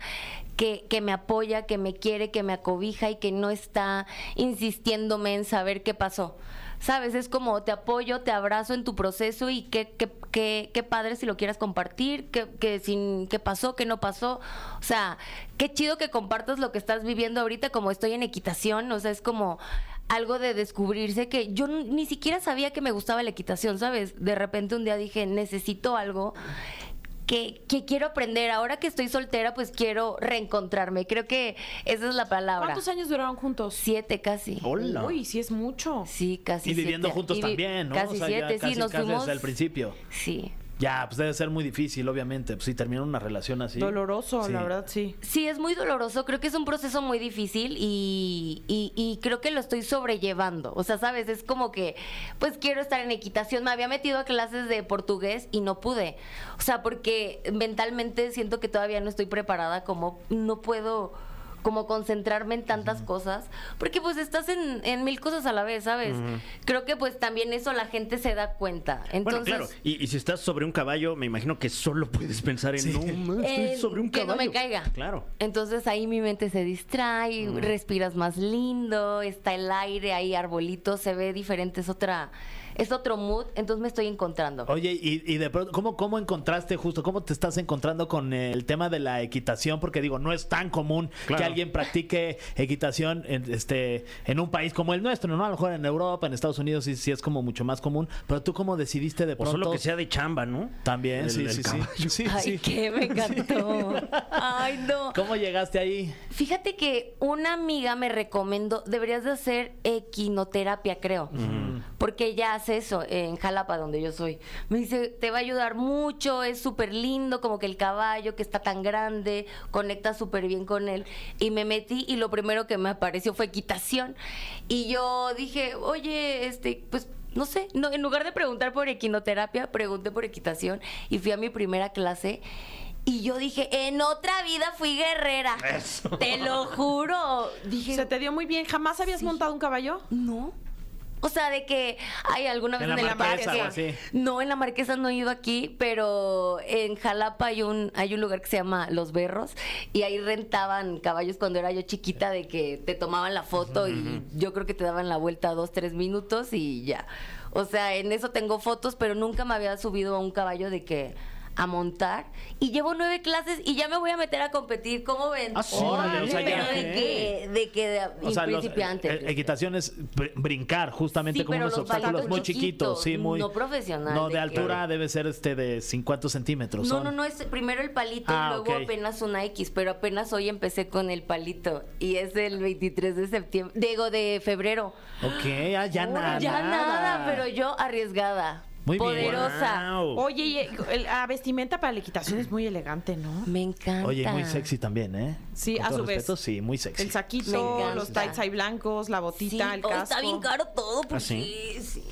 S7: que, que me apoya, que me quiere, que me acobija y que no está insistiéndome en saber qué pasó. ¿Sabes? Es como te apoyo, te abrazo en tu proceso y qué, qué, qué, qué padre si lo quieras compartir, qué, qué, sin, qué pasó, qué no pasó. O sea, qué chido que compartas lo que estás viviendo ahorita, como estoy en equitación. O sea, es como algo de descubrirse que yo n- ni siquiera sabía que me gustaba la equitación, ¿sabes? De repente un día dije, necesito algo que, que quiero aprender. Ahora que estoy soltera, pues quiero reencontrarme. Creo que esa es la palabra.
S2: ¿Cuántos años duraron juntos?
S7: Siete casi.
S4: Hola.
S2: Uy, sí es mucho.
S7: Sí, casi
S4: Oh. y viviendo
S7: siete.
S4: juntos
S7: Y vi-
S4: también, ¿no?
S7: Casi
S4: O sea, ya
S7: siete, sí,
S4: casi-
S7: nos
S4: casi
S7: fuimos.
S4: desde el principio.
S7: Sí.
S4: Ya, pues debe ser muy difícil, obviamente. Pues si termina una relación así.
S2: Doloroso,
S4: Sí.
S2: la verdad, sí.
S7: Sí, es muy doloroso, creo que es un proceso muy difícil y, y- y creo que lo estoy sobrellevando. O sea, sabes, es como que, pues quiero estar en equitación, me había metido a clases de portugués y no pude. O sea, porque mentalmente siento que todavía no estoy preparada, como no puedo como concentrarme en tantas cosas, porque pues estás en, en mil cosas a la vez, ¿sabes? Creo que pues también eso la gente se da cuenta.
S3: Bueno,
S7: Entonces,
S3: claro. Y, y si estás sobre un caballo, me imagino que solo puedes pensar en no, ma, estoy
S7: Eh,
S3: sobre un
S7: que
S3: caballo.
S7: no me caiga.
S3: Claro.
S7: Entonces ahí mi mente se distrae,
S4: Mm.
S7: respiras más lindo, está el aire, hay arbolitos, se ve diferente, es otra, es otro mood, entonces me estoy encontrando.
S4: Oye, y, y de pronto, ¿cómo, ¿cómo encontraste justo, cómo te estás encontrando con el tema de la equitación? Porque digo, no es tan común
S3: Claro.
S4: que alguien practique equitación en, este, en un país como el nuestro, ¿no? A lo mejor en Europa, en Estados Unidos sí, sí es como mucho más común, pero tú cómo decidiste de
S3: O
S4: pronto...
S3: solo que sea de chamba, ¿no?
S4: También,
S3: El-
S4: sí,
S3: el
S4: sí, sí.
S3: caballo.
S4: sí.
S7: Ay,
S4: sí.
S7: qué me encantó. Ay, no.
S4: ¿Cómo llegaste ahí?
S7: Fíjate que una amiga me recomendó, deberías de hacer equinoterapia, creo. Porque ella hace eso en Jalapa, donde yo soy. Me dice, te va a ayudar mucho, es súper lindo, como que el caballo que está tan grande, conecta súper bien con él. Y me metí y lo primero que me apareció fue equitación. Y yo dije, oye, este, pues no sé, no, en lugar de preguntar por equinoterapia, pregunté por equitación y fui a mi primera clase. Y yo dije, en otra vida fui guerrera. Te lo juro. Dije,
S2: ¿Se te dio muy bien? ¿Jamás habías montado un caballo?
S7: no. O sea, de que hay alguna vez
S4: En
S7: en,
S4: la
S7: el
S4: Marquesa
S7: parque.
S4: o así.
S7: No, en la Marquesa no he ido aquí, pero en Jalapa hay un hay un lugar que se llama Los Berros y ahí rentaban caballos cuando era yo chiquita de que te tomaban la foto y yo creo que te daban la vuelta dos tres minutos y ya. O sea, en eso tengo fotos, pero nunca me había subido a un caballo de que a montar y llevo nueve clases y ya me voy a meter a competir. ¿Cómo ven?
S4: Ah, sí, órale, o sea,
S7: Pero
S4: ya.
S7: de que, de que de-
S4: O sea, los-
S7: principiante.
S4: eh, equitación es br- brincar justamente
S7: Sí,
S4: como
S7: pero
S4: unos
S7: los
S4: obstáculos
S7: obstáculos
S4: muy chiquitos,
S7: chiquitos,
S4: sí, muy
S7: no profesional,
S4: No,
S7: de
S4: de,
S7: que-
S4: altura
S7: Claro.
S4: debe ser este de 50 centímetros.
S7: No,
S4: son.
S7: no, no, es primero el palito
S4: Ah,
S7: y luego
S4: ok.
S7: apenas una X, pero apenas hoy empecé con el palito y es el 23 de septiembre, digo de febrero.
S4: Ok, ah, ya nada.
S7: ya nada, pero yo arriesgada,
S4: Muy bien.
S7: poderosa.
S3: Wow.
S2: Oye, y el- el- la vestimenta para la equitación es muy elegante, ¿no?
S7: Me encanta.
S4: Oye, muy sexy también, ¿eh?
S2: Sí,
S4: Con
S2: a
S4: todo
S2: su vez.
S4: respeto, Sí, muy sexy.
S2: El
S7: Me
S2: saquito,
S7: encanta.
S2: los tights ahí blancos, la
S7: Sí,
S2: botita, el
S7: hoy
S2: casco.
S7: está bien caro todo, porque
S3: ¿Ah, sí?
S7: sí,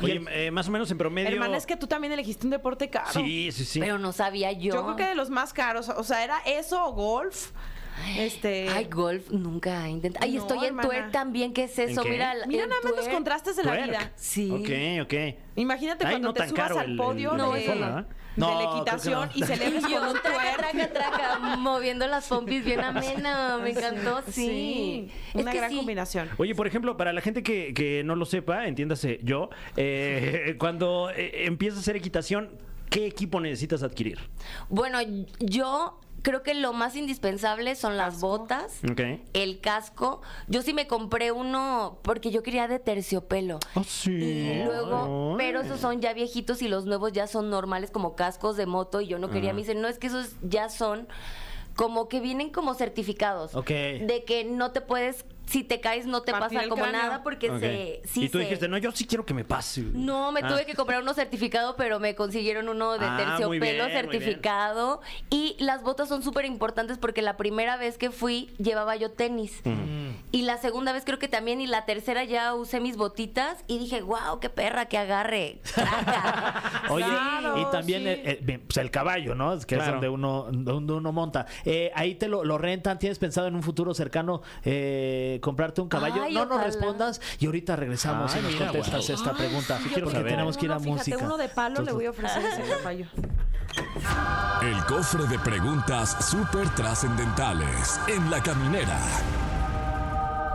S3: Oye, eh, más o menos en promedio.
S2: Hermana, es que tú también elegiste un deporte caro.
S3: Sí, sí, sí.
S7: Pero no sabía yo.
S2: Yo creo que de los más caros, o sea, era eso o golf. Este.
S7: Ay, golf nunca intenté. Ay,
S2: No,
S7: estoy en
S2: hermana.
S7: twerk también, ¿qué es eso?
S3: qué?
S7: Mira, la-
S2: Mira
S7: el
S2: nada más los
S7: twerk.
S2: contrastes de la
S3: Twerk.
S2: vida.
S7: Sí.
S3: Ok, ok.
S2: Imagínate
S3: Ay,
S2: cuando
S3: no
S2: te
S3: tan
S2: subas
S3: caro
S2: al
S3: el-
S2: podio
S3: el-
S7: la
S2: de,
S7: forma,
S3: ¿eh?
S2: de
S4: No,
S2: la
S4: creo que
S2: equitación
S4: no.
S2: y celebras
S7: Y
S2: con
S7: yo
S2: un
S7: traca,
S2: twerk.
S7: traca, traca, moviendo las pompis bien amena. Me encantó, sí. Es
S2: Una
S7: que
S2: gran
S7: sí.
S2: combinación.
S3: Oye, por ejemplo, para la gente que, que no lo sepa, entiéndase yo, eh, cuando eh, empiezas a hacer equitación, ¿qué equipo necesitas adquirir?
S7: Bueno, yo creo que lo más indispensable son las botas.
S3: Ok.
S7: El casco, yo sí me compré uno porque yo quería de terciopelo.
S3: Ah, sí.
S7: Y luego,
S3: Ay.
S7: pero esos son ya viejitos y los nuevos ya son normales como cascos de moto y yo no quería. Me dicen, no, es que esos ya son como que vienen como certificados.
S4: Ok.
S7: De que no te puedes, si te caes no te
S2: Partir
S7: pasa
S2: el
S7: como
S2: cráneo.
S7: nada porque
S3: Ok.
S7: se... sí
S3: y tú
S7: se-
S3: dijiste, no, yo sí quiero que me pase.
S7: no, me
S3: Ah.
S7: tuve que comprar uno certificado, pero me consiguieron uno de
S3: Ah, muy bien,
S7: terciopelo
S3: muy bien.
S7: certificado. Y las botas son súper importantes porque la primera vez que fui llevaba yo tenis. Y la segunda vez creo que también, y la tercera ya usé mis botitas y dije, wow, qué perra, que agarre. Craca".
S4: Oye,
S2: Claro,
S4: y también
S2: sí.
S4: eh, eh, bien, pues, el caballo, ¿no? Es que
S3: Claro.
S4: es donde uno, donde uno monta. Eh, ahí te lo, lo rentan. ¿Tienes pensado en un futuro cercano eh, comprarte un caballo?
S7: Ay,
S4: no nos
S7: ojalá.
S4: respondas y ahorita regresamos
S3: Ay,
S4: y nos
S3: mira,
S4: contestas
S3: guau.
S4: esta pregunta.
S3: quiero
S4: porque
S3: saber.
S4: tenemos que ir a
S2: Uno, fíjate,
S4: música.
S2: uno de palo le
S4: Entonces,
S2: voy a ofrecer ese caballo.
S1: El cofre de preguntas súper trascendentales en la caminera.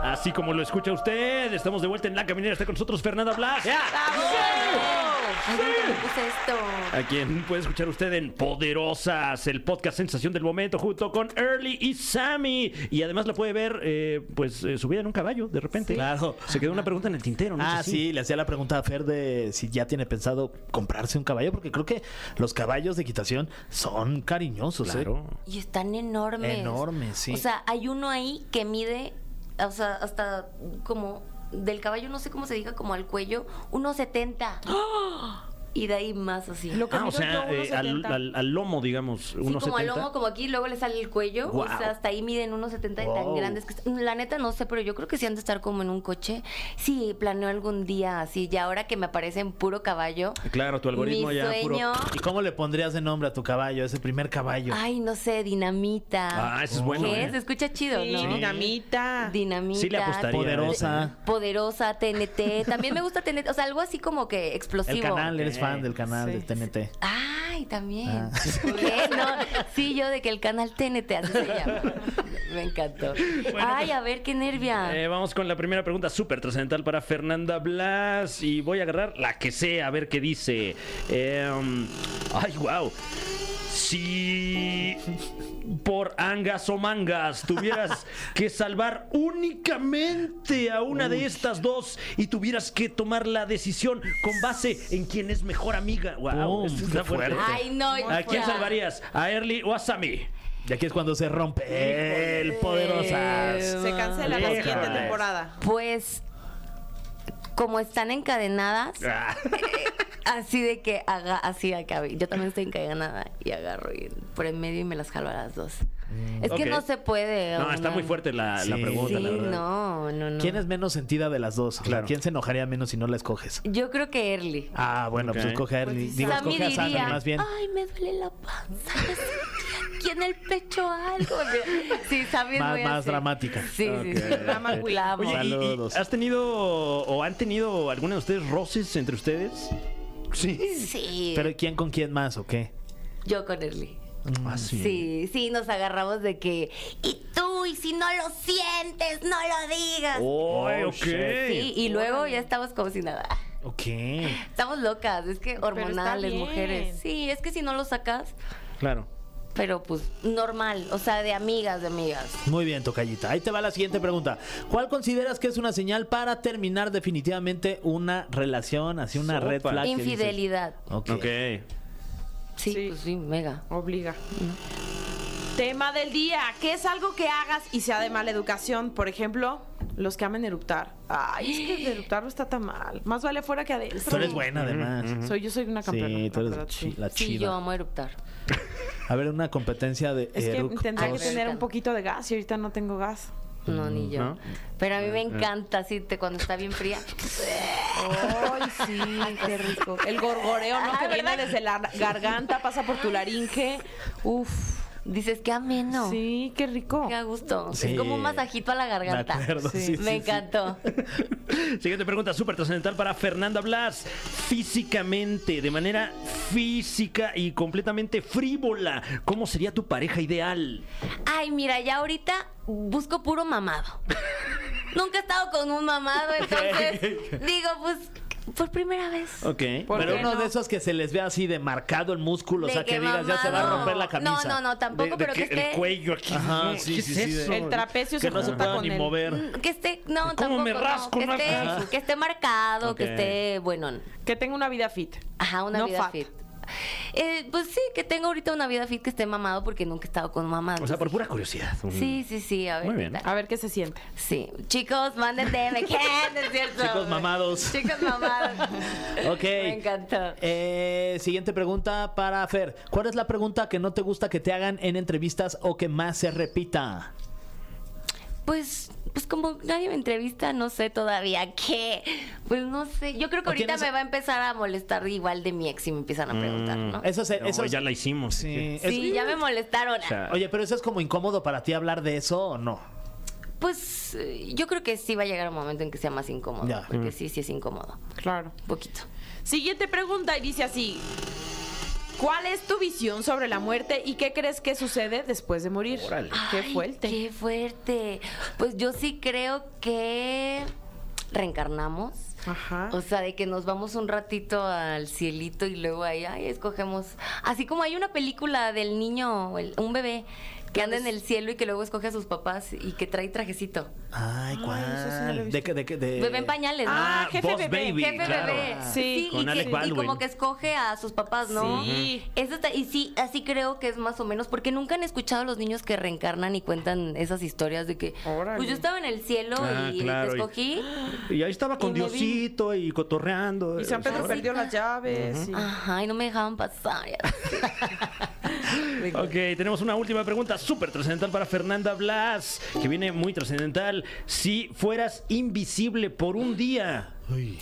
S3: Así como lo escucha usted, estamos de vuelta en La Caminera. Está con nosotros Fernanda Blas.
S7: Ay, ¿dónde me puse esto?
S3: A quien puede escuchar usted en Poderosas, el podcast Sensación del Momento, junto con Early y Sammy. Y además la puede ver, eh, pues, eh, subida en un caballo, de repente.
S4: Claro.
S3: Se quedó una pregunta en el tintero, ¿no? es
S4: Ah,
S3: así?
S4: sí, le hacía la pregunta a Fer de si ya tiene pensado comprarse un caballo, porque creo que los caballos de equitación son cariñosos, ¿eh?
S3: Claro.
S7: Y están enormes.
S4: Enormes, sí.
S7: O sea, hay uno ahí que mide, o sea, hasta como del caballo, no sé cómo se diga, como al cuello, 1,70. Y de ahí más así.
S2: Lo que
S3: Ah, o
S2: mido
S3: sea,
S2: yo,
S3: eh, al,
S2: 1.70.
S3: al- al lomo, digamos,
S7: Sí,
S3: 1.70.
S7: como al lomo, como aquí, luego le sale el cuello.
S3: Wow.
S7: O sea, hasta ahí miden 1,70 y tan
S4: Wow.
S7: grandes. Que... est- La neta no sé, pero yo creo que sí han de estar como en un coche. Sí, planeo algún día así. Y ahora que me aparecen puro caballo.
S3: Claro, tu algoritmo
S7: mi
S3: ya puro-
S7: sueño,
S4: ¿Y cómo le pondrías de nombre a tu caballo, a ese primer caballo?
S7: Ay, no sé, dinamita.
S3: Ah, ese es bueno,
S7: ¿Qué?
S3: eh.
S7: Se escucha chido,
S2: Sí,
S7: ¿no?
S2: dinamita.
S7: Dinamita.
S3: Sí le apostaría.
S4: Poderosa.
S7: Poderosa, TNT. También me gusta TNT. O sea, algo así como que
S4: El
S7: explosivo.
S4: canal,
S3: Ok.
S4: eres fan del canal de TNT.
S7: Ay, también.
S4: Ah.
S7: ¿Qué? No, sí, yo de que el canal TNT, así se llama. Me encantó. Ay, a ver, qué nervia.
S3: pues, Eh, vamos con la primera pregunta súper trascendental para Fernanda Blas. Y voy a agarrar la que sea, a ver qué dice. Em, ay, wow. Si por angas o mangas tuvieras que salvar únicamente a una de estas dos y tuvieras que tomar la decisión con base en quién es mejor amiga. Wow,
S4: Boom,
S3: esto está
S4: Oh, qué
S3: fuerte.
S4: fuerte.
S7: Ay, no.
S3: ¿A
S7: ya.
S3: quién salvarías? ¿A Early o a Sammy?
S4: Y aquí es cuando se rompe el poderosas.
S2: Se cancela la siguiente
S3: Híjole.
S2: temporada.
S7: Pues, como están encadenadas,
S3: Ah,
S7: así de que haga, así acabe. Yo también estoy encadenada y agarro y por en medio y me las jalo a las dos. es que
S3: Mm, ok.
S7: no se puede.
S3: No, está
S7: una-
S3: muy fuerte la, la
S4: Sí.
S3: pregunta,
S7: Sí,
S3: la verdad.
S7: no, no, no.
S4: ¿Quién es menos sentida de las dos? O sea,
S3: Claro.
S4: ¿Quién se enojaría menos si no la escoges?
S7: Yo creo que Early.
S4: Ah, bueno,
S3: Ok.
S4: pues escoge a Ernie.
S2: Pues sí,
S4: Digo,
S7: Sammy
S4: escoge a Sammy
S7: diría,
S4: más bien.
S7: ay, me duele la panza. me sentía aquí en el pecho algo. Sí, sabes
S4: Más-
S7: muy
S4: más
S7: así.
S4: dramática.
S7: Sí, sí, sí.
S3: Ok.
S7: La amo, la amo.
S3: Oye, ¿y- y
S4: Saludos.
S3: ¿Has tenido o han tenido alguna de ustedes roces entre ustedes?
S4: Sí.
S7: Sí,
S4: ¿Pero quién con quién más o qué?
S7: yo con Erly.
S4: Ah,
S7: Sí, sí, nos agarramos de que. Y tú, y si no lo sientes, no lo digas.
S3: Oh, ok.
S7: Sí, y luego ya estamos como si nada.
S4: Ok.
S7: Estamos locas, es que hormonales,
S2: bien.
S7: mujeres. Sí, es que si no lo sacas,
S4: Claro.
S7: pero pues normal, o sea, de amigas, de amigas.
S4: Muy bien, Tocayita. Ahí te va la siguiente pregunta. ¿Cuál consideras que es una señal para terminar definitivamente una relación, así una red
S3: Sopa.
S4: flag? Ah, que dices?
S7: Infidelidad.
S4: Ok.
S3: Ok.
S7: Sí,
S2: Sí.
S7: pues sí, mega.
S2: Obliga. Tema del día. ¿Qué es algo que hagas y sea de mala educación? Por ejemplo, los que amen eruptar. Ay, es que el eruptar no está tan mal. Más vale afuera que adentro.
S4: Tú eres buena, además.
S2: Soy, yo soy una campeona.
S4: Sí, tú
S2: la
S4: eres
S2: verdad,
S4: chi-
S2: sí.
S4: la
S7: Sí, yo
S4: chiva.
S7: amo eruptar.
S4: A ver, una competencia de
S2: Es que
S4: eructos.
S2: tendría que
S7: Dos.
S2: tener un poquito de gas y ahorita no tengo gas.
S7: No, ni yo.
S3: ¿no?
S7: Pero
S4: Eh,
S7: a mí me encanta, sí, te, cuando está bien fría.
S2: Ay, sí, qué rico. El gorgoreo, ¿no?
S7: Ah,
S2: Que viene
S7: ¿verdad?
S2: desde la garganta, pasa por tu laringe. Uf.
S7: Dices, qué ameno.
S2: Sí, qué rico.
S7: Qué a gusto.
S4: Sí.
S7: Es como un masajito a la garganta.
S4: Me acuerdo, sí, sí,
S7: me
S4: sí.
S7: encantó.
S3: Siguiente pregunta súper trascendental para Fernanda Blas. Físicamente, de manera física y completamente frívola, ¿cómo sería tu pareja ideal?
S7: Ay, mira, ya ahorita busco puro mamado. Nunca he estado con un mamado, entonces digo, pues, por primera vez.
S3: Ok.
S2: ¿Por
S4: Pero
S2: qué
S4: uno
S2: no?
S4: de esos que se les ve así de marcado el músculo, o
S7: De
S4: sea, que
S7: que
S4: digas, ya se va a
S7: mamado.
S4: romper la
S7: No,
S4: camisa.
S7: no, no, tampoco, pero que esté-
S3: el cuello aquí.
S4: Ajá,
S3: ¿Qué
S4: sí,
S3: es
S4: sí, sí, de-
S3: eso?
S2: El trapecio se
S4: Que no se
S2: junta
S4: pueda
S2: con
S4: ni
S2: el-
S4: mover.
S7: Mm, Que esté, no,
S3: ¿Cómo
S7: tampoco.
S3: me
S7: no,
S3: rasco,
S7: que,
S3: no?
S7: esté,
S3: Ajá.
S7: que esté marcado,
S3: Ok.
S7: que esté, bueno,
S2: Que tenga una vida fit.
S7: ajá, una
S2: No
S7: vida
S2: fat.
S7: fit. Eh, pues sí, que tengo ahorita una vida fit que esté mamado porque nunca he estado con mamá.
S3: O sea, por pura curiosidad.
S7: Sí, sí, sí, a ver.
S3: Muy
S7: qué
S3: bien.
S7: tal.
S2: A ver qué se siente.
S7: Sí, chicos, mándenme, me quedan, es cierto.
S4: Chicos mamados.
S7: Chicos mamados.
S4: Ok.
S7: Me encantó.
S4: Eh, siguiente pregunta para Fer. ¿Cuál es la pregunta que no te gusta que te hagan en entrevistas o que más se repita?
S7: Pues, pues como nadie me entrevista, no sé todavía qué. Pues no sé. Yo creo que
S4: ¿O
S7: ahorita
S4: tienes-
S7: me va a empezar a molestar igual de mi ex si me empiezan a preguntar, ¿no?
S4: Eso se, eso
S3: No, ya la hicimos.
S4: Sí, es-
S7: Sí, ya me molestaron.
S3: O sea,
S4: Oye, pero eso es como incómodo para ti hablar de eso o no.
S7: Pues eh, yo creo que sí va a llegar un momento en que sea más incómodo.
S4: Ya.
S7: Porque sí, sí es incómodo.
S2: Claro.
S7: Un poquito.
S2: Siguiente pregunta y dice así. ¿Cuál es tu visión sobre la muerte y qué crees que sucede después de morir? Qué
S7: Ay,
S2: fuerte.
S7: Qué fuerte. Pues yo sí creo que reencarnamos.
S2: Ajá.
S7: O sea, de que nos vamos un ratito al cielito y luego ahí, ay, escogemos. Así como hay una película del niño, el- un bebé, que anda en el cielo y que luego escoge a sus papás y que trae trajecito.
S4: Ay, ¿cuál?
S2: eso sí no lo he visto.
S4: de, que- de, que- de-
S7: Bebé en pañales, ¿no?
S2: Ah, jefe
S3: Boss
S2: bebé,
S3: Baby,
S7: Jefe
S3: claro.
S7: bebé.
S2: Sí,
S7: Sí,
S3: con
S7: y,
S3: Alec
S7: que- y
S3: Baldwin.
S7: como que escoge a sus papás, ¿no?
S2: Sí.
S7: Eso está- y sí, así creo que es más o menos, porque nunca han escuchado a los niños que reencarnan y cuentan esas historias de que,
S2: Órale.
S7: pues yo estaba en el cielo
S3: Ah,
S7: y
S3: claro, y-
S7: te escogí.
S3: Y ahí estaba con
S7: Y me vi.
S3: Diosito y cotorreando.
S2: Y San Pedro
S3: Órale.
S2: perdió las llaves. y-
S7: Ajá, y no me dejaban pasar.
S3: Ok, tenemos una última pregunta súper trascendental para Fernanda Blas, que viene muy trascendental. Si fueras invisible por un día,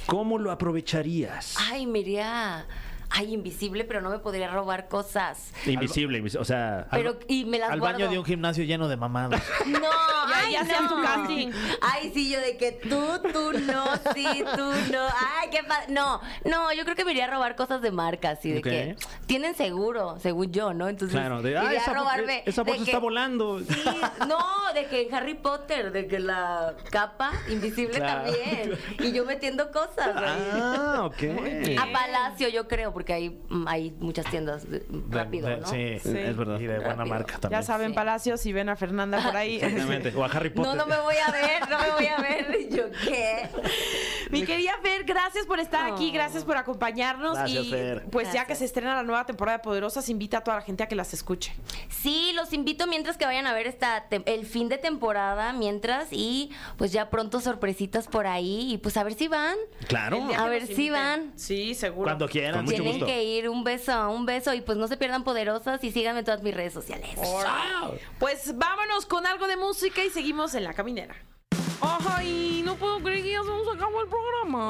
S3: ¿cómo lo aprovecharías?
S7: Ay, miría. Ay, invisible, pero no me podría robar cosas.
S3: Invisible, invisible, o sea...
S4: Al-
S7: Pero, y me las
S4: al
S7: guardo.
S4: baño de un gimnasio lleno de mamadas.
S7: No,
S2: Y ahí
S7: ay,
S2: hacías
S7: no.
S2: tu casting.
S7: Ay, sí, yo de que tú, tú no, sí, tú no. Ay, qué padre. No, no, yo creo que me iría a robar cosas de marca, así de
S3: Ok.
S7: que tienen seguro, según yo, ¿no? Entonces,
S3: Claro, de,
S7: iría
S3: ah, esa,
S7: a
S3: bo-
S7: robarme.
S3: esa
S7: de
S3: bolsa
S7: que-
S3: está volando.
S7: Sí, no, de que en Harry Potter, de que la capa invisible
S3: Claro.
S7: también. Y yo metiendo cosas. ahí.
S3: Ah, ok.
S7: A Palacio, yo creo, porque hay, hay muchas tiendas de- rápido,
S4: De-
S7: ¿no?
S4: sí,
S3: Sí.
S4: es verdad. Y de buena
S7: Rápido.
S4: marca también.
S2: Ya saben,
S7: Sí.
S2: Palacios, si ven a Fernanda por ahí.
S3: Exactamente. O a Harry Potter.
S7: No, no me voy a ver, no me voy a ver. Y Yo, ¿qué?
S2: Mi querida Fer, gracias por estar aquí, gracias por acompañarnos.
S4: Gracias,
S2: y
S4: Fer.
S2: pues ya que
S7: Gracias.
S2: se estrena la nueva temporada de Poderosas, invita a toda la gente a que las escuche.
S7: Sí, los invito mientras que vayan a ver esta tem- el fin de temporada, mientras y pues ya pronto sorpresitas por ahí y pues a ver si van.
S3: Claro.
S2: El día que
S7: A ver
S2: nos
S7: si
S2: inviten.
S7: van.
S2: Sí, seguro.
S4: Ah, Cuando
S3: Con
S4: quieran.
S3: mucho
S7: Tienen
S3: gusto.
S7: que ir, un beso, un beso y pues no se pierdan poderosas y síganme en todas mis redes sociales.
S2: Pues vámonos con algo de música y seguimos en la caminera. Ay, no puedo creer que ya se nos acabó el programa.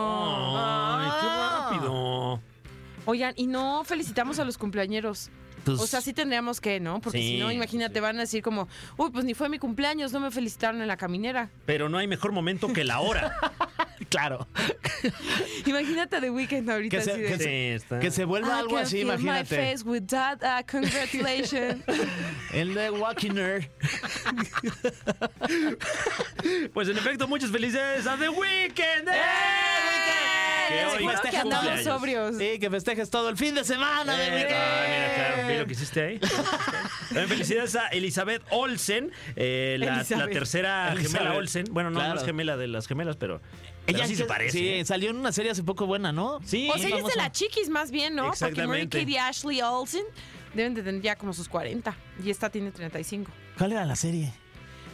S7: Ah.
S3: Ay, qué rápido.
S2: Oigan, y no felicitamos a los cumpleañeros.
S4: Pues-
S2: o sea, sí tendríamos que, ¿no? Porque si no,
S3: Sí,
S2: imagínate, van a decir como, uy, pues ni fue mi cumpleaños, no me felicitaron en la caminera.
S3: Pero no hay mejor momento que la hora.
S4: Claro.
S2: Imagínate The Weeknd ahorita
S4: Que se-
S2: así de... Ah,
S4: que se-
S3: está.
S4: Que se vuelva
S2: I
S4: algo
S2: can
S4: así,
S2: feel My
S4: imagínate.
S2: face with that, ah, congratulations.
S4: El de Walkiner.
S3: Pues en efecto, muchas felicidades a The Weeknd.
S2: ¡Eh!
S3: Que
S2: Les
S3: hoy
S2: juro que
S3: festeja
S2: andamos
S3: cumpleaños.
S2: sobrios.
S4: Sí, que festejes todo el fin de semana. de
S3: Ah,
S4: weekend.
S3: mira, claro, vi lo que hiciste ahí. También felicidades a Elizabeth Olsen, eh, la,
S2: Elizabeth.
S3: la tercera gemela
S4: Elizabeth.
S3: Olsen. Bueno, no,
S4: Claro.
S3: no es gemela de las gemelas, pero, pero sí
S4: que-
S3: se parece.
S4: Sí,
S3: ¿eh?
S4: salió en una serie hace poco buena, ¿no?
S3: Sí.
S2: O sea, ella es de la chiquis más bien, ¿no? Porque Mary
S3: Exactamente.
S2: Kate y Ashley Olsen deben de tener ya como sus 40 y esta tiene 35.
S4: ¿Cuál era la serie?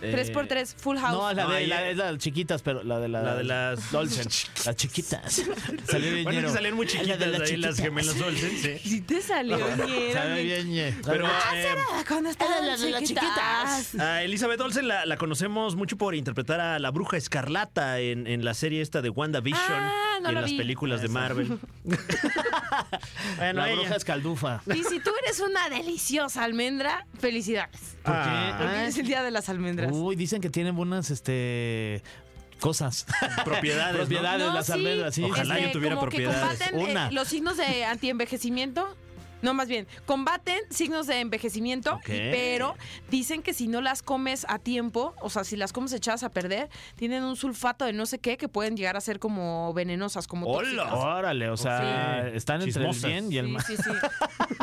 S2: 3x3, Full House.
S4: No, la
S3: No,
S4: de,
S3: ahí-
S4: la- es la de las chiquitas, pero la de, la,
S3: eh. La de las
S4: Olsen. Las chiquitas. Salió bien
S3: Bueno, es
S4: ñero.
S3: que salían muy
S4: La de
S3: chiquitas ahí las
S4: chiquitas.
S3: gemelas Olsen, sí.
S2: Sí te salió ñero,
S4: Salió
S2: mi-
S4: bien ñe.
S3: Pero eh,
S2: Ah, Cuando estaban
S7: la de las chiquitas.
S3: a Elizabeth Olsen la, la conocemos mucho por interpretar a la bruja escarlata en, en la serie esta de WandaVision
S2: Ah, no
S3: y en
S2: la
S3: las
S2: vi.
S3: películas de Marvel. ah, bueno,
S4: La
S3: ella.
S4: bruja escaldufa.
S2: Y si tú eres una deliciosa almendra, felicidades.
S4: ¿Por
S3: Ah.
S4: qué?
S2: Porque
S4: Ah,
S2: es el día de las almendras.
S4: Uy, dicen que tienen buenas, este... Cosas.
S3: Propiedades, ¿no?
S4: Propiedades, las almendras, sí.
S3: Ojalá
S2: Este,
S3: yo tuviera
S2: como
S3: propiedades.
S2: Que combaten eh,
S4: Una.
S2: los signos de antienvejecimiento. No, más bien, combaten signos de envejecimiento,
S4: Ok.
S2: y- pero dicen que si no las comes a tiempo, o sea, si las comes echadas a perder, tienen un sulfato de no sé qué que pueden llegar a ser como venenosas, como
S3: ¡Hola!
S2: tóxicas.
S4: Órale, o sea,
S3: Sí.
S4: están entre
S3: Chismosas.
S4: el bien y el mal.
S2: Sí, sí, sí.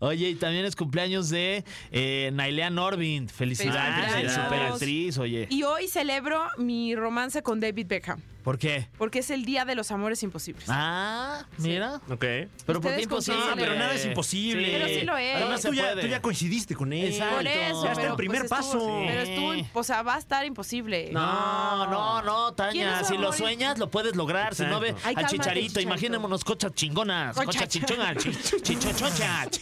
S4: Oye, y también es cumpleaños de eh, Nailea Norbind. Felicidades,
S2: Felicidades.
S4: superactriz, oye.
S2: Y hoy celebro mi romance con David Beckham,
S4: ¿Por qué?
S2: porque es el día de los amores imposibles.
S4: Ah, mira.
S3: Ok.
S4: Pero ¿por qué
S2: Ustedes con
S4: imposible?
S2: quién
S3: No, pero nada es imposible.
S2: Pero sí lo es.
S4: Además,
S3: tú,
S4: se
S3: ya,
S4: puede.
S3: tú ya coincidiste con él.
S4: Exacto.
S2: Por eso,
S3: Ya está
S2: pero,
S3: el primer
S2: pues, estuvo-
S3: paso.
S2: Pero estuvo, im- o sea, va a estar imposible.
S4: No, no, no,
S2: ¿Quién
S4: Tania.
S2: es
S4: Si lo
S2: amor?
S4: sueñas, lo puedes lograr. Si no, ve
S3: Exacto.
S2: Ay,
S4: al
S2: cálmate,
S4: chicharito.
S2: Chicharito.
S4: Imaginémonos cochas chingonas.
S2: Cocha
S4: Cochas chinchonas. chi- Chichochocha. chi-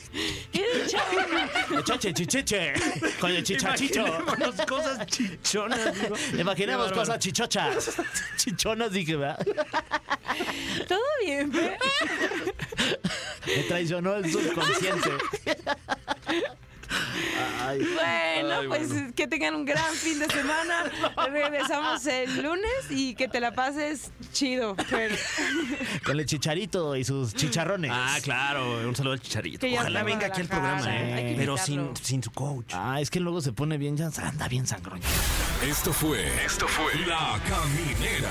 S2: ¿Qué chavo?
S4: Choche, chicheche. Con el chichachito.
S3: Imaginémonos cosas chichonas. digo.
S4: Imaginemos
S3: Qué
S4: cosas
S3: bárbaro.
S4: chichochas. Chichonas, dije, ¿verdad?
S2: Todo bien, Fer?
S4: Me traicionó el subconsciente.
S2: Bueno, pues que tengan un gran fin de semana. Regresamos el lunes y que te la pases chido, Fer.
S4: Con el chicharito y sus chicharrones.
S3: Ah, claro. Un saludo al chicharito.
S2: Que ya está
S3: Ojalá
S2: en
S3: venga aquí al
S2: Guadalajara,
S3: programa,
S4: hay que
S3: ¿eh? Pero sin,
S2: invitarlo.
S3: sin su coach.
S4: Ah, es que luego se pone bien, ya anda bien sangrón.
S1: Esto fue. Esto fue. La Caminera.